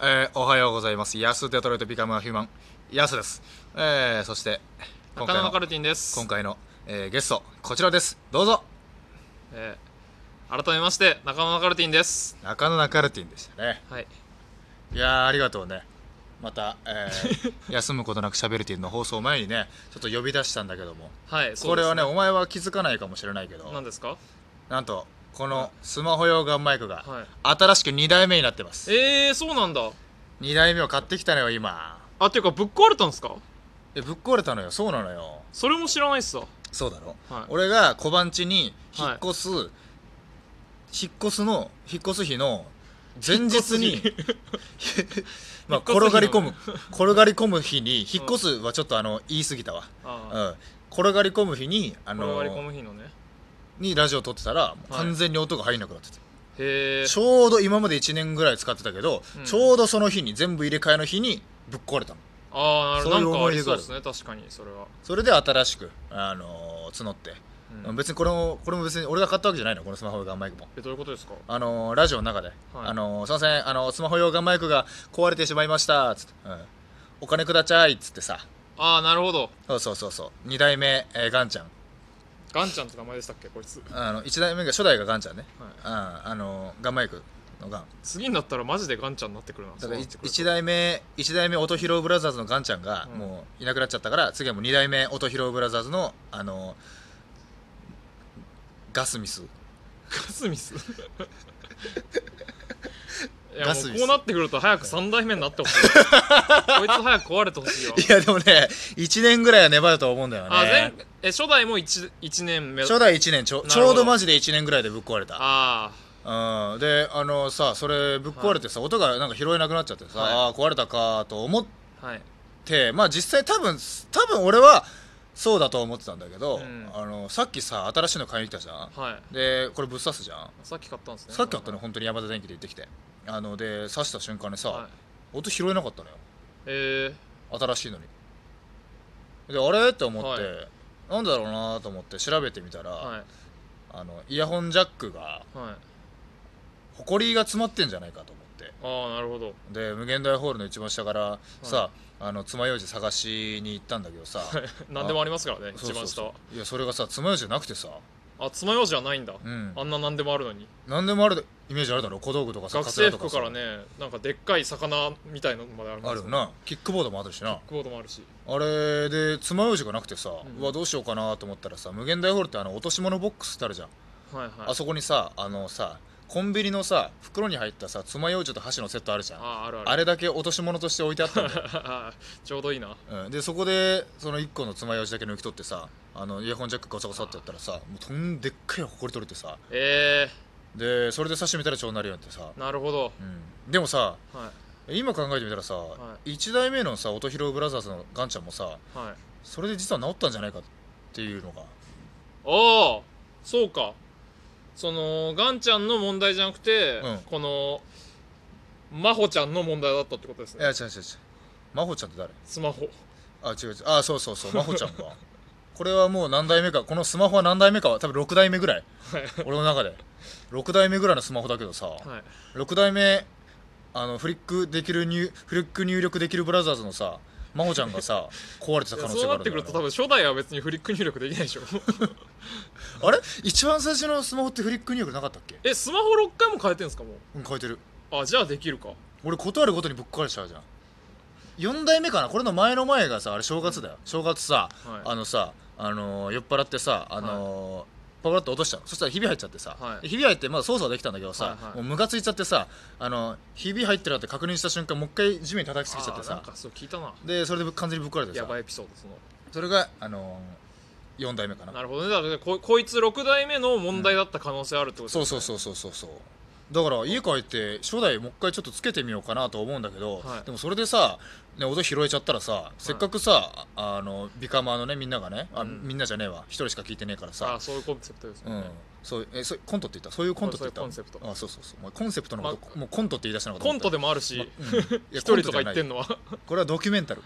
えーおはようございます。ヤスデトロイトビカムアヒューマン、ヤスです。えーそして、今中回野カのルティンです今回の、えーゲスト、こちらです。どうぞえー改めまして中野カルティンです中野カルティンでしたね。はいいやー、ありがとうね。また、え ー休むことなく喋るティンの放送を前にね、ちょっと呼び出したんだけども、はいこれはね、そうお前は気づかないかもしれないけです何ど、ですかなんと、このスマホ用ガンマイクが、はい新しく2代目になってます。えー、そうなんだ2代目を買ってきたのよ、今。あっていうかぶっ壊れたんですかえ、ぶっ壊れたのよ、そうなのよ。それも知らないっすわそうだろ、はい俺が小判地に引はっい越す、引っ越すの引っ越す日の前日に引っまあ引っ転越す日のがり込む転がり込む日に引っ越すはちょっとあの言い過ぎたわ、う あん、転がり込む日にああこれの割り込む日のねにラジオ撮ってたらもう完全に音が入んなくなってて、へえちょうど今まで1年ぐらい使ってたけど、うんちょうどその日に全部入れ替えの日にぶっ壊れたのああなるほどそういうなんか思あい出りがあそうるですね確かにそれは、それで新しく、あの募って、うん別にこれもこれも別に俺が買ったわけじゃないのこのスマホがマイクもえどういうことですかあのーラジオの中で、あのーすいません、あのースマホ用ガンマイクが壊れてしまいましたつって、うん、お金くだちゃいっつってさああなるほどそうそうそうそう2代目、えーガンちゃんガンちゃんって名前でしたっけこいつ、はい、あの1代目が初代がガンちゃんね、うん、あのーガンマイクのガン次になったらマジでガンちゃんになってくるなだからそうなってくると1代目一代目音拾うブラザーズのガンちゃんがうんもういなくなっちゃったから、次はもう2代目音拾うブラザーズのあのーガスミ スガスミ スいやガもスうミスこうなってくると早く3代目に なってほしいこいつ早く壊れてほしいよいやでもね1年ぐらいは粘ると思うんだよねあ前え初代も 1, 一年目初代1年ちょなるちほどょうどマジで1年ぐらいでぶっ壊れたあうんであのさそれぶっ壊れてさ、音がなんか拾えなくなっちゃってさ、はいああ壊れたかと思っあはいてまあ実際多分多分俺はそうだと思ってたんだけど、うんあのさっきさ新しいの買いに来たじゃんはいでこれぶっ刺すじゃんさっき買ったんですねさっきあったのこ本当に山田電機で行ってきてあので刺した瞬間にさ、れはい、音拾えなかったのよえ新しいのにであれって思って、はいなんだろうなと思って調べてみたら、ー、はいあのイヤホンジャックがはいホコリが詰まってんじゃないかと思ってああなるほどで無限大ホールの一番下からさ、あの爪楊枝探しに行ったんだけどさ何でもありますからねそうそ 一番う下そうはいやそれがさ爪楊枝じゃなくてさ、あ爪楊枝はないんだ、うんあ、んな何でもあるのに何でもあるイメージあるだろ小道具とかさ学生服カツかラらとさねなんかでっかい魚みたいなのまでありますあるよなキックボードもあるしなキックボードもあるしあれで爪楊枝がなくてさ、ううんわどうしようかなと思ったらさ無限大ホールってあの落とし物ボックスってあるじゃん、はいはいあそこにさあのさコンビニのさ袋に入ったさ爪楊枝と箸のセットあるじゃんあああるあるれだけ落とし物として置いてあったんだよちょうどいいなうん、でそこでその1個の爪楊枝だけ抜き取ってさあのイヤホンジャックゴサゴサってやったらさもうとんでっかいホコリ取れてさえでそれで刺してみたら超なるようになってさ、ー、なるほどうん、でもさは今考えてみたらさ、1代目のさ音拾うブラザーズのガンちゃんもさいはいそれで実は治ったんじゃないかっていうのがああそうかそのガンちゃんの問題じゃなくて、うんこの真帆ちゃんの問題だったってことですいやね違う違う違う真帆ちゃんって誰スマホあ違う違うあそうそうそう真帆ちゃんか これはもう何代目かこのスマホは何代目かは多分6代目ぐらいはい俺の中で6代目ぐらいのスマホだけどさ、はい6代目あのフリックできる入フリック入力できるブラザーズのさ真帆ちゃんが さ壊れてた可能そ性うがあなるんだってよくると多分初代は別にフリック入力できな いでしょあれ一番最初のスマホってフリック入力なかったっけえスマホ6回も変えてんすかもうん書いてるうあじゃあできるか俺断るごとにぶっ壊れちゃうじゃん4代目かなこれの前の前がさあれ正月だよ正月さ、はいあのさ、あのー酔っ払ってさ、あのーパパラッと落としたのそしたらひび入っちゃってさ、はいでひび入ってまだ操作はできたんだけどさ、はいはいもうムカついちゃってさ、あのーひび入ってるなって確認した瞬間もう一回地面に叩きつけちゃってあーなんさかそう聞いたなでそれで完全にぶっ壊れてやさばいエピソードそのそれが、あのー、4代目かななるほどねだからここいつ6代目の問題だった可能性あるってことですそねうそうそうそうそうそうだから家帰って初代もう一回ちょっとつけてみようかなと思うんだけど、はいでもそれでさ、ね、音拾えちゃったらさ、せっかくさああのビカマーのねみんながねあ、うんみんなじゃねえわ一人しか聞いてねえからあさーそういうコンセプトですうよんね、そうえそうコントって言ったそういうコントって言ったそうそういうコンセプあそうそうそうお前コンセプトのこと、まもうコントって言い出したのかとコ思ンったトでもあるし、うんいや一人とか言ってんコントじゃないのはこれはドキュメンタル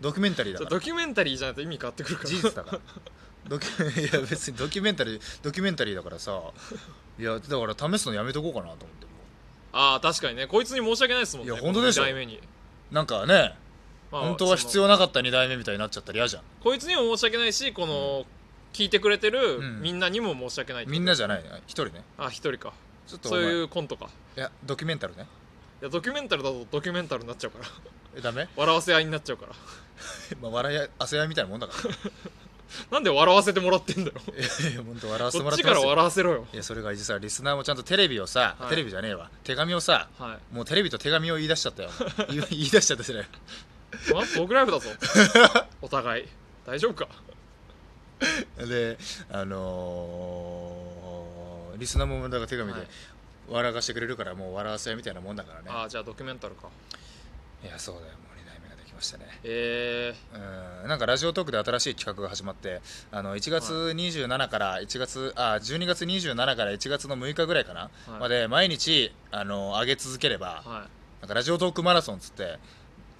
ドキュメンタリーだそうからドキュメンタリーじゃないと意味変わってくるから事実だからドキ ュいや別にドキュメンタリードキュメンタリーだからさいやだから試すのやめとこうかなと思ってもうああ確かにねこいつに申し訳ないですもんねいや本当でしょこの二代目に、なんかねまあ本当は必その要なかった2代目みたいになっちゃったら嫌じゃんこいつにも申し訳ないしこの、聞いてくれてる、うんみんなにも申し訳ないってことみんなじゃないね一人ねあ一人かちょっとおそう前いいうコントかやドキュメンタルねいやドキュメンタルだとドキュメンタルになっちゃうからえ ダメ笑わせ合いになっちゃうから まあ笑い合い汗合いみたいなもんだからなんで笑わせてもらってんだよい やいや本当笑わせてもこっらってちかまらすよ笑わせろよいやそれが実はリスナーもちゃんとテレビをさ、はいテレビじゃねえわ手紙をさはもうテレビと手紙を言い出しちゃったよ言い 言い出しちゃったそれいワントークライ ブだぞお互い大丈夫かであのーリスナーもだから手紙はでい笑かしてくれるからもう笑わせ合いみたいなもんだからねああじゃあドキュメンタルかいやそうだよもう2代目ができましたねえうんなんかラジオトークで新しい企画が始まってあの1月27から1月、あ12月27から1月の6日ぐらいかな、はいまで毎日あの上げ続ければー、はいなんかラジオトークマラソンっつって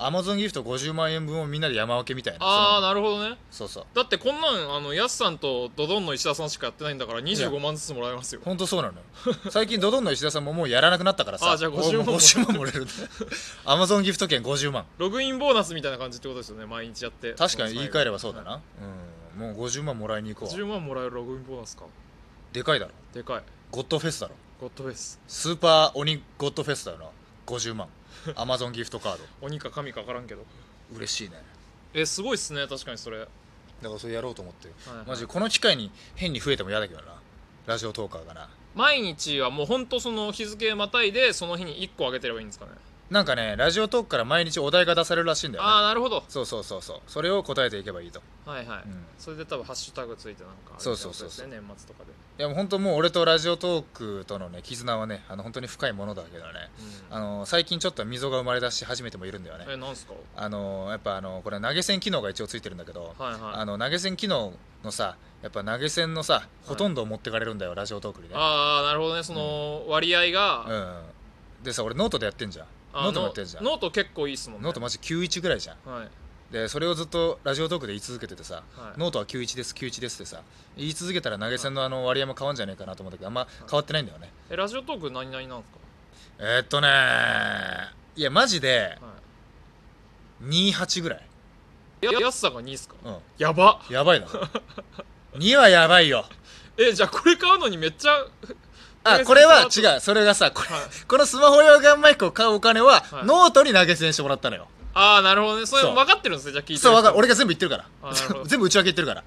アマゾンギフト50万円分をみんなで山分けみたいなああなるほどねそのそうそうだってこんなんあのヤスさんとドドンの石田さんしかやってないんだから25万ずつもらえますよ 本当そうなのよ 最近ドドンの石田さんももうやらなくなったからさあじゃあ50万もう50万もらえる アマゾンギフト券50万ログインボーナスみたいな感じってことですよね毎日やって確かに言い換えればそうだはな、うんもう50万もらいに行いこう10万もらえるログインボーナスかでかいだろでかいゴッドフェスだろゴッドフェススーパー鬼ゴッドフェスだよな50万 アマゾンギフトカー鬼か神か分からんけどド嬉しいねえすごいっすね確かにそれ、はいだからそれやろうと思ってるはいマジこの機会に変に増えても嫌だけどなラジオトーカーがな毎日はもうほんとその日付またいでその日に1個あげてればいいんですかねなんかねラジオトークから毎日お題が出されるらしいんだよ、ね、ああなるほどそうそうそうそうそれを答えていけばいいと、はいはい、うん、それで多分ハッシュタグついてなんかそうそうそうそうあげたりとかですね年末とかで、いやもう本当もう俺とラジオトークとのね絆はねあの本当に深いものだけどねうんあの最近ちょっと溝が生まれ出し始めてもいるんだよねえなんすかあのやっぱあのこれ投げ銭機能が一応ついてるんだけど、はいはいあの投げ銭機能のさやっぱ投げ銭のさほとんどを持ってかれるんだよ、ラジオトークにねああなるほどねその割合が、うんでさ俺ノートでやってんじゃんあノートもやってんじゃんノート結構いいっすもんねノートマジ91ぐらいじゃんはいはいでそれをずっとラジオトークで言い続けててさ、ノートは91です91ですってさ言い続けたら投げ銭のあの割合も変わんじゃねえかなと思ったけどあんま変わってないんだよね、えラジオトーク何々なんですえー、っとねいやマジでか、は28ぐらいい、や安さが2っすかうんやばやばいな 2はやばいよえじゃあこれ買うのにめっちゃあこれは違うそれがさこれ、はいこのスマホ用ガンマイクを買うお金は、はいノートに投げ銭してもらったのよああなるほどねそれそう分かってるんですねじゃあ聞いてる人そうわかる俺が全部言ってるかあらなるほど 全部内訳言ってるから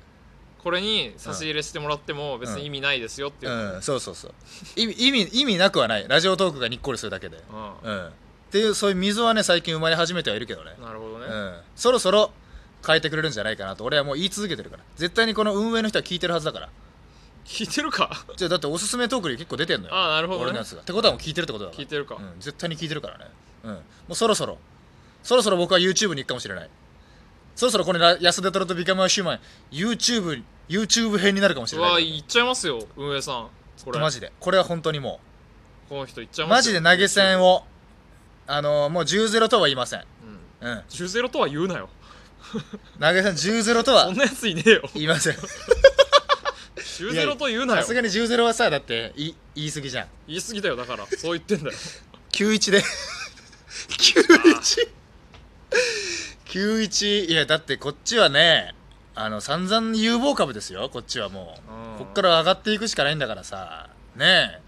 これに差し入れしてもらっても別に意味ないですよっていう、うんそうそうそう意味意味意味なくはないラジオトークがにっこりするだけでうんうんっていうそういう溝はね最近生まれ始めてはいるけどねなるほどね、うんそろそろ変えてくれるんじゃないかなと俺はもう言い続けてるから絶対にこの運営の人は聞いてるはずだから聞いてるかじゃあだっておすすめトークに結構出てんのよああなるほどね俺のやつがってことはもう聞いてるってことだから聞いてるか、うん、絶対に聞いてるからね、うん、もうそろそろそろそろ僕は YouTube に行くかもしれないそろそろこのラ安田トロとビカムアヒューマン YouTube, YouTube 編になるかもしうれないわけどねいっちゃいますよ運営さんこれマジでこれは本当にもこの人いっちゃういまマすジよで投げ銭をあのーもう10ゼロとは言いません、うんうん、 10ゼロとは言うなよ投げ銭10ゼロとそはんなやついねえよ言いません10ゼロと言うなさよすがに10ゼロはさだってい言い過ぎじゃん言い過ぎだよだからそう言ってんだよ91で 91 91いやだってこっちはねあの散々有望株ですよこっちはもうんうこっから上がっていくしかないんだからさねえ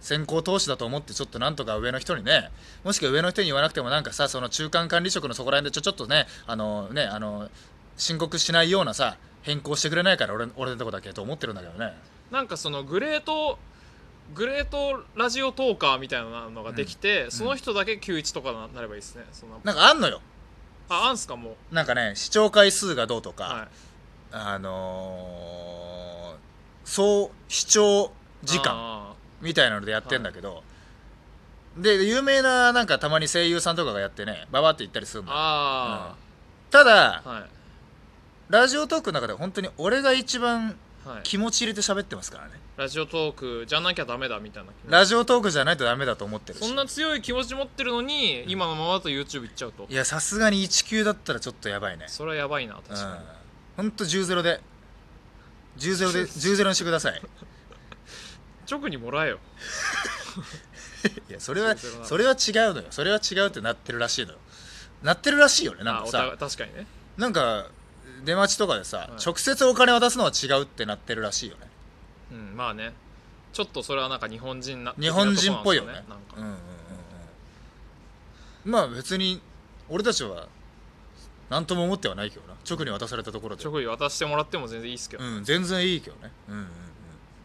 先行投資だと思ってちょっとなんとか上の人にねもしくは上の人に言わなくてもなんかさその中間管理職のそこら辺でちょちょっとねあのねあの申告しないようなさ変更してくれないから俺俺のとこだけと思ってるんだけどねなんかそのグレートグレートラジオトーカーみたいなのができて、その人だけ91とかななればいいですねそんななんかあんのよああんすかもうなんかね視聴回数がどうとか、はいあのー、総視聴時間あみたいなのでやってんだけど、で有名ななんかたまに声優さんとかがやってねババって言ったりするーのあただ、ー、はいラジオトークの中で本当に俺が一番はい気持ち入れて喋ってますからね、ラジオトークじゃなきゃダメだみたいな気持ちラジオトークじゃないとダメだと思ってるしそんな強い気持ち持ってるのに、今のままだと YouTube 行っちゃうといやさすがに1級だったらちょっとやばいねそれはやばいな確うんかほんと10ゼロで10ゼロで10ゼロにしてくださいに直にもらえよいやそれは007それは違うのよそれは違うってなってるらしいのよなってるらしいよねなんあかおさ互い確かにねなんか出待ちとかでさ、はい直接お金渡すのは違うってなってるらしいよねうんまあねちょっとそれはなんか日本人な日本人っぽいよね的なとこなんですうんよねうんうんうんまあ別に俺たちは何とも思ってはないけどな直に渡されたところでなんか直に渡してもらっても全然いいっすけど、うん全然いいけどねうんうんうん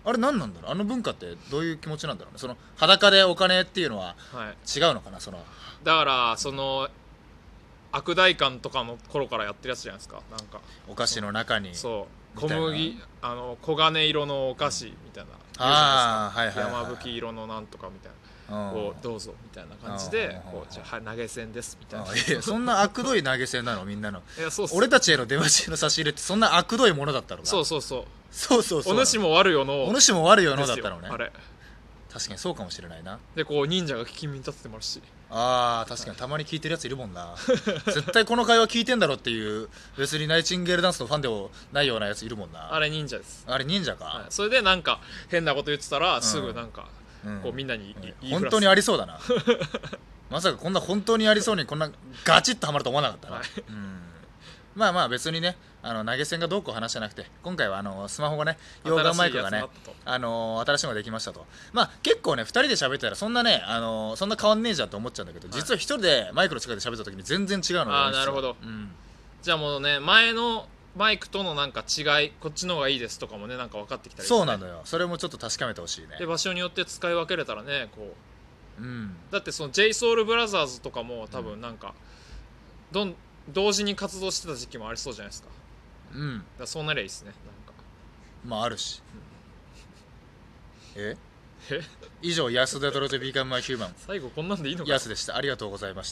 あれ何なんだろうあの文化ってどういう気持ちなんだろうねその裸でお金っていうのははい違うのかなそのだからその悪代官とかの頃からやってるやつじゃないですかなんかお菓子の中にそうみ小たいな麦あの黄金色のお菓子みたいな、あー言うじゃなはいはいはいですか山吹色のなんとかみたいうんな、こうどうぞみたいな感じで、うんこうじゃあはい投げ銭ですみたいな、あいやそんな悪どい投げ銭なのみんなの いやそうっす俺たちへの出待ちの差し入れってそんな悪どいものだったのかそうそうそうそうそうそうお主も悪よのお主も悪い世ので中すだったのねよあれ確かにそうかもしれないなでこう忍者が君に立ってますしあー確かにたまに聞いてるやついるもん な絶対この会話聞いてんだろっていう別にナイチンゲールダンスのファンでもないようなやついるもんなあれ忍者です、あれ忍者はいか、それでなんか変なこと言ってたらすぐなんか、うんこうみんなに言い,、うん言いふ本らす当にありそう だなまさかこんな本当にありそうにこんなガチッとはまると思わなかったな、はいうんまあまあ別にねあの投げ銭がどうこう話じゃなくて今回はあのスマホがね溶岩マイクが新しいねやつになったとあのー新しいのができましたとまあ結構ね2人で喋ってたらそんなね、あのーそんな変わんねえじゃんと思っちゃうんだけど、はい実は1人でマイクの近くで喋った時に全然違うのよあーなるほどうん、じゃあもうね前のマイクとのなんか違いこっちの方がいいですとかもねなんか分かってきたりしてそうなのよそれもちょっと確かめてほしいねで場所によって使い分けれたらねこううんだってその JSOULBROTHERS とかも多分なんか、どん同時に活動してた時期もありそうじゃないですかだかうんらそうなりゃいいですねなんかまああるし、ええ以上「ヤスデトロイトビーカムマイヒューマン最後こんなんでいい」のかなヤスでしたありがとうございました